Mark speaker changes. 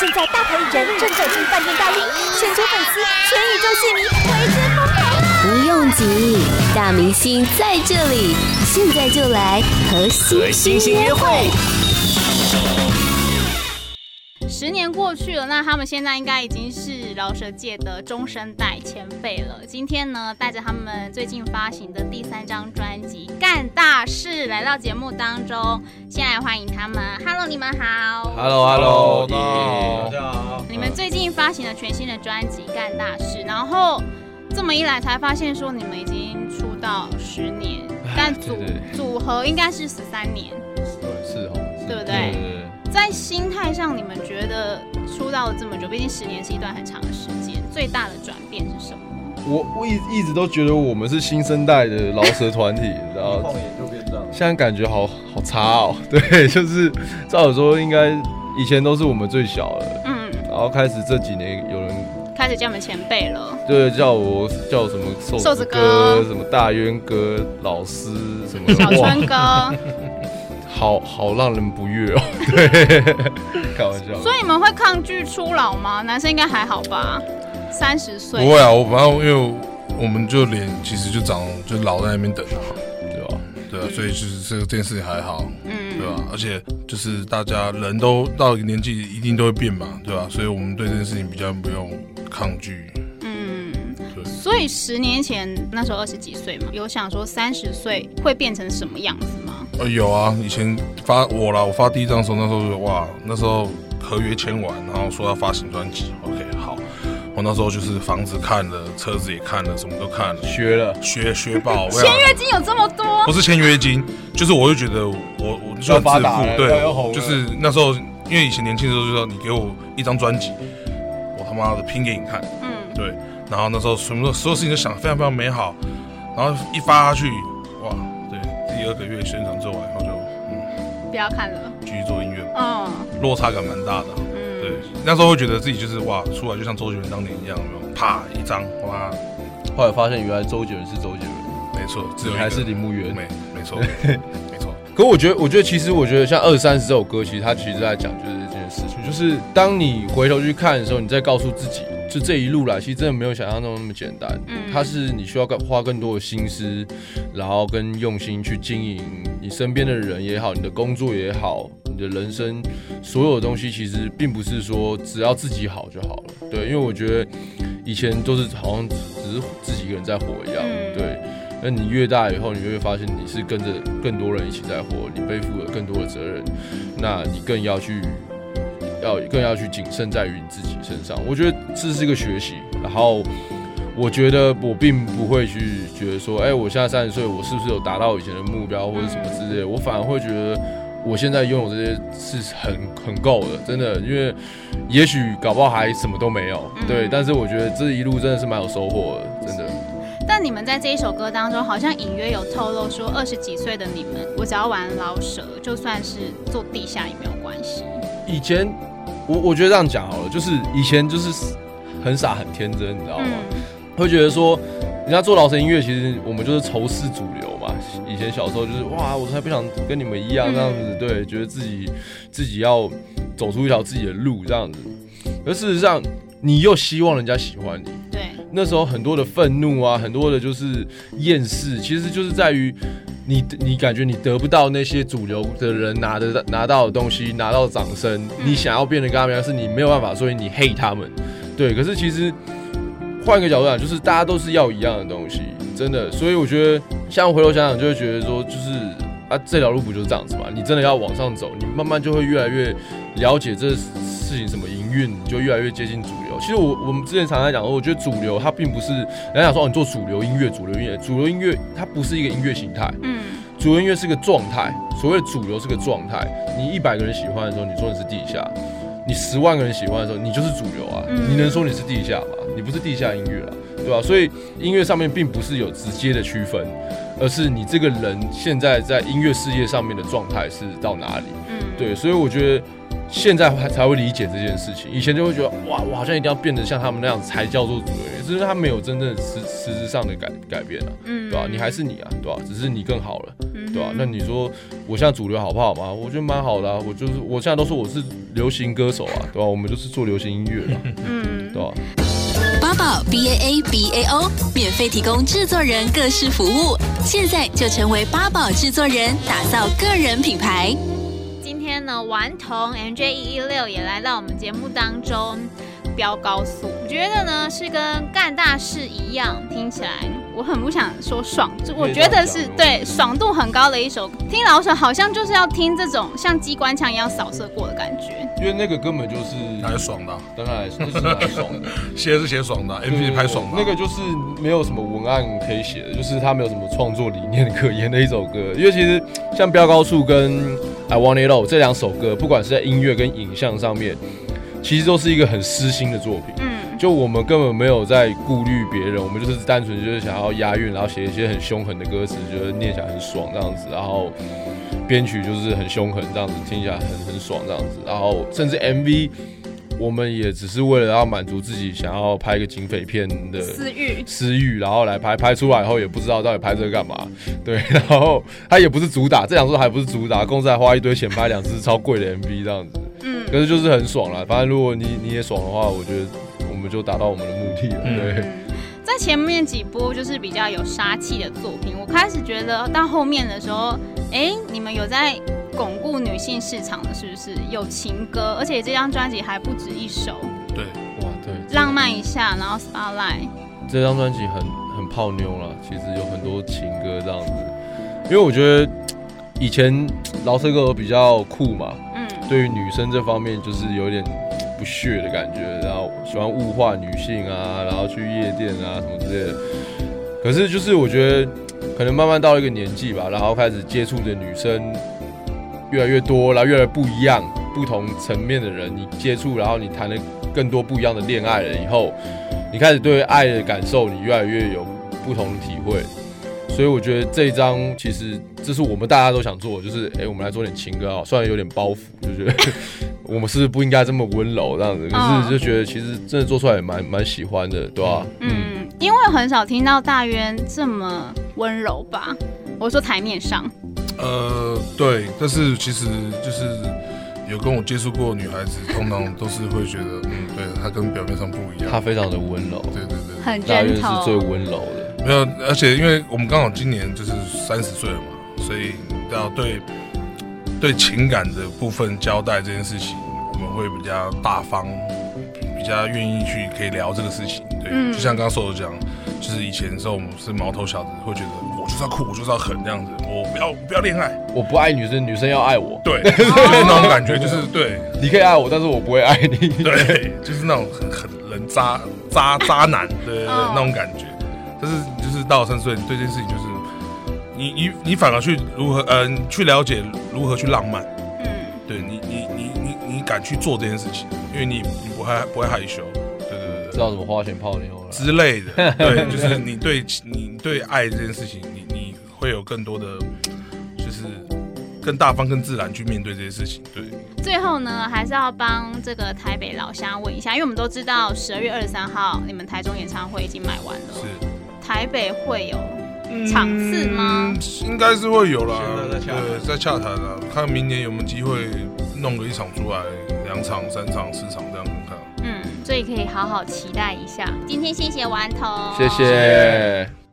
Speaker 1: 现在大牌艺人正走进饭店大厅，全球粉丝、全宇宙戏迷为之疯狂啊！
Speaker 2: 不用急，大明星在这里，现在就来和
Speaker 3: 和
Speaker 2: 星
Speaker 3: 星星约会。
Speaker 4: 十年过去了，那他们现在应该已经是饶舌界的中生代前辈了。今天呢，带着他们最近发行的第三张专辑《干大事》来到节目当中，先来欢迎他们。Hello，你们好。
Speaker 3: Hello Hello，
Speaker 5: 大家好，
Speaker 4: 你们最近发行了全新的专辑《干大事》，然后这么一来才发现说你们已经出道十年，但组
Speaker 5: 对对
Speaker 4: 组合应该是十三年，
Speaker 5: 是哦，
Speaker 4: 对
Speaker 5: 对
Speaker 4: 不对？在心态上，你们觉得出道了这么久，毕竟十年是一段很长的时间，最大的转变是什么？
Speaker 5: 我我一一直都觉得我们是新生代的饶舌团体，然后现在感觉好好差哦。 对，就是照理说应该以前都是我们最小的，
Speaker 4: 嗯，
Speaker 5: 然后开始这几年有人
Speaker 4: 开始叫你们前辈 了，
Speaker 5: 就是叫我叫我什么瘦
Speaker 4: 瘦
Speaker 5: 子
Speaker 4: 子
Speaker 5: 哥、
Speaker 4: 哥
Speaker 5: 什么大渊哥、老师什么
Speaker 4: 小
Speaker 5: 的，哇，
Speaker 4: 春哥，
Speaker 5: 好好让人不悦哦。对，开玩笑。
Speaker 4: 所以你们会抗拒初老吗？男生应该还好吧，三十岁
Speaker 6: 不会啊，我反正因为我我们就脸其实就长就老在那边等啊，对吧、对啊，所以就是这个这件事情还好，
Speaker 4: 嗯
Speaker 6: 对吧、而且就是大家人都到一个年纪一定都会变嘛，对吧、啊所以我们对这件事情比较不用抗拒。
Speaker 4: 嗯，
Speaker 6: 对，
Speaker 4: 所以十年前那时候二十几岁嘛，有想说三十岁会变成什么样子吗？
Speaker 6: 呃，有啊，以前发我啦，我发第一张的时候，那时候就哇，那时候合约签完，然后说要发行专辑，OK，好，我那时候就是房子看了，车子也看了，什么都看了，
Speaker 5: 学了，
Speaker 6: 学学爆，我想
Speaker 4: 签约金有这么多？
Speaker 6: 不是签约金，就是我就觉得我我就很
Speaker 5: 要发
Speaker 6: 自
Speaker 5: 达
Speaker 6: 负
Speaker 5: 了，
Speaker 6: 对
Speaker 5: 要要红，了
Speaker 6: 就是那时候，因为以前年轻的时候就说你给我一张专辑，我他妈的拼给你看，
Speaker 4: 嗯，
Speaker 6: 对，然后那时候什么所有事情都想得非常非常美好，然后一发下去，哇，对，第二个月宣传做完以后就嗯
Speaker 4: 不要看了，
Speaker 6: 继续做音乐，
Speaker 4: 嗯
Speaker 6: 落差感蛮大的，
Speaker 4: 嗯，
Speaker 6: 对，那时候会觉得自己就是哇，出来就像周杰伦当年一样，有没有啪一张，哇，
Speaker 5: 后来发现原来周杰伦是周杰伦，
Speaker 6: 没错，只有
Speaker 5: 你
Speaker 6: 一个
Speaker 5: 还是铃木源。
Speaker 6: 没没错 没错，
Speaker 5: 可我觉得，我觉得其实我觉得像二三十这首歌，其实它其实在讲就是这件事情，就是当你回头去看的时候，你再告诉自己，就这一路来，其实真的没有想象中那么简单。
Speaker 4: 嗯
Speaker 5: 它是你需要更花更多的心思，然后跟用心去经营你身边的人也好，你的工作也好，你的人生所有东西，其实并不是说只要自己好就好了。对，因为我觉得以前都是好像只只是自己一个人在活一样。
Speaker 4: 嗯
Speaker 5: 对。那你越大以后，你越发现你是跟着更多人一起在活，你背负了更多的责任，那你更要去要更要去谨慎在于你自己身上。我觉得这是一个学习，然后我觉得我并不会去觉得说，哎、我现在三十岁，我是不是有达到以前的目标或者什么之类的？我反而会觉得。我现在拥有这些是很很够的，真的，因为也许搞不好还什么都没有，
Speaker 4: 嗯
Speaker 5: 对。但是我觉得这一路真的是蛮有收获的，真的。
Speaker 4: 但你们在这一首歌当中，好像隐约有透露说，二十几岁的你们，我只要玩老舍，就算是做地下也没有关系。
Speaker 5: 以前我我觉得这样讲好了，就是以前就是很傻很天真，你知道吗？
Speaker 4: 嗯
Speaker 5: 会觉得说，人家做饶舌音乐，其实我们就是仇视主流嘛。以前小时候就是哇，我才不想跟你们一样
Speaker 4: 嗯
Speaker 5: 这样子，对，觉得自己自己要走出一条自己的路这样子。而事实上，你又希望人家喜欢你，
Speaker 4: 嗯对，
Speaker 5: 那时候很多的愤怒啊，很多的就是厌世，其实就是在于你你感觉你得不到那些主流的人拿的拿到的东西，拿到掌声，你想要变得跟他们一样，是你没有办法，所以你 hate 他们。对，可是其实换一个角度讲，就是大家都是要一样的东西，真的。所以我觉得，像回头想想，就会觉得说，就是啊，这条路不就是这样子嘛？你真的要往上走，你慢慢就会越来越了解这事情什么营运，你就越来越接近主流。其实我我们之前常常讲，我觉得主流它并不是人家讲说、哦、你做主流音乐，主流音乐，主流音乐它不是一个音乐形态，
Speaker 4: 嗯
Speaker 5: 主流音乐是个状态，所谓的主流是个状态。你一百个人喜欢的时候，你说你是地下；你十万个人喜欢的时候，你就是主流啊。
Speaker 4: 嗯
Speaker 5: 你能说你是地下吗？你不是地下音乐啊，对吧、所以音乐上面并不是有直接的区分，而是你这个人现在在音乐事业上面的状态是到哪里。
Speaker 4: 嗯，
Speaker 5: 对，所以我觉得现在才才会理解这件事情，以前就会觉得哇，我好像一定要变得像他们那样才叫做主流人，只是他没有真正实实质上的改改变啊，
Speaker 4: 嗯
Speaker 5: 对吧、你还是你啊，对吧、只是你更好了，
Speaker 4: 嗯
Speaker 5: 对吧、啊那你说我现在主流好不好嘛？我觉得蛮好的、啊，我就是我现在都说我是流行歌手啊，对吧、我们就是做流行音乐的啊，
Speaker 4: 嗯
Speaker 5: 对吧、
Speaker 2: 八宝 B A A B A O 免费提供制作人各式服务，现在就成为八宝制作人，打造个人品牌。
Speaker 4: 今天呢，顽童 MJ 一一六也来到我们节目当中飙高速，我觉得呢是跟干大事一样，听起来我很不想说爽，就我觉得是
Speaker 5: 可以这样讲
Speaker 4: 对爽度很高的一首，听老手好像就是要听这种像机关枪一样扫射过的感觉。
Speaker 5: 因为那个根本就是
Speaker 6: 哪有爽的啊、
Speaker 5: 当然来说就是来爽的。
Speaker 6: 写是写爽的啊、m v 拍爽的啊、
Speaker 5: 嗯那个就是没有什么文案可以写的，就是他没有什么创作理念可言的一首歌。因为其实像《飙高速》跟《I Want It All》这两首歌，不管是在音乐跟影像上面，其实都是一个很私心的作品。
Speaker 4: 嗯
Speaker 5: 就我们根本没有在顾虑别人，我们就是单纯就是想要押韵，然后写一些很凶狠的歌词，觉得念起来很爽这样子，然后编曲就是很凶狠这样子，听起来很很爽这样子，然后甚至 MV 我们也只是为了要满足自己想要拍一个警匪片的
Speaker 4: 私欲，
Speaker 5: 私欲，然后来拍，拍出来以后也不知道到底拍这个干嘛，对，然后它也不是主打，这两首还不是主打，公司还花一堆钱拍两支超贵的 MV 这样子，
Speaker 4: 嗯
Speaker 5: 可是就是很爽啦，反正如果你你也爽的话，我觉得我们就达到我们的目的了。
Speaker 6: 嗯
Speaker 5: 对，
Speaker 4: 嗯，在前面几波就是比较有杀气的作品，我开始觉得到后面的时候，哎、你们有在巩固女性市场了，是不是？有情歌，而且这张专辑还不止一首，
Speaker 6: 对，
Speaker 5: 哇，对，
Speaker 4: 《浪漫一下》，然后《Spotlight》，
Speaker 5: 这张专辑很很泡妞啦，其实有很多情歌这样子，因为我觉得以前饶舌歌手比较酷嘛，
Speaker 4: 嗯
Speaker 5: 对于女生这方面就是有点不屑的感觉，然后喜欢物化女性啊，然后去夜店啊什么之类的。可是就是我觉得可能慢慢到了一个年纪吧，然后开始接触的女生越来越多，然后越来越不一样、不同层面的人，你接触，然后你谈了更多不一样的恋爱了以后，你开始对爱的感受，你越来越有不同的体会。所以我觉得这一张其实这是我们大家都想做的，就是哎、诶我们来做点情歌啊，虽然有点包袱，就觉得我们是不是不应该这么温柔这样子，可
Speaker 4: 嗯
Speaker 5: 是就觉得其实真的做出来也蛮蛮喜欢的，对吧、啊
Speaker 4: 嗯，因为很少听到大渊这么温柔吧。我说台面上，
Speaker 6: 呃，对，但是其实就是有跟我接触过的女孩子，通常都是 会觉得，嗯，对，她跟表面上不一
Speaker 5: 他
Speaker 6: 样。
Speaker 5: 非常的温柔，
Speaker 6: 对对对，
Speaker 4: 很
Speaker 5: 大约
Speaker 4: gentle，
Speaker 5: 是最温柔的。
Speaker 6: 没有，而且因为我们刚好今年就是三十岁了嘛，所以要对对情感的部分交代这件事情，我们会比较大方，比较愿意去可以聊这个事情。对，
Speaker 4: 嗯
Speaker 6: 就像刚刚瘦子讲，就是以前的时候我们是毛头小子，会觉得我就是要酷，我就是要狠这样子，我不要不要恋爱。
Speaker 5: 我不爱女生，女生要爱我。
Speaker 6: 对，就是那种感觉，就是对
Speaker 5: 你可以爱我，但是我不会爱你。
Speaker 6: 对，就是那种很很人渣渣渣男，对对对，
Speaker 4: 哦
Speaker 6: 那种感觉。但是就是到了三十岁，你对这件事情就是你你你反而去如何呃你去了解如何去浪漫，
Speaker 4: 嗯
Speaker 6: 对你你你你你敢去做这件事情，因为你你不害不会害羞，对对对
Speaker 5: 知
Speaker 6: 对
Speaker 5: 道什么花钱泡妞了？
Speaker 6: 之类的，对，就是你对你对爱这件事情，你你会有更多的就是更大方、更自然去面对这些事情，对。
Speaker 4: 最后呢，还是要帮这个台北老乡问一下，因为我们都知道十二月二十三号你们台中演唱会已经买完了，
Speaker 6: 是
Speaker 4: 台北会有场次吗？
Speaker 6: 嗯应该是会有啦，
Speaker 5: 现在在洽谈
Speaker 6: 对，在洽谈啦，看明年有没有机会弄个一场出来，两场、三场、四场这样看。
Speaker 4: 嗯，所以可以好好期待一下。今天谢谢顽童，
Speaker 5: 谢谢。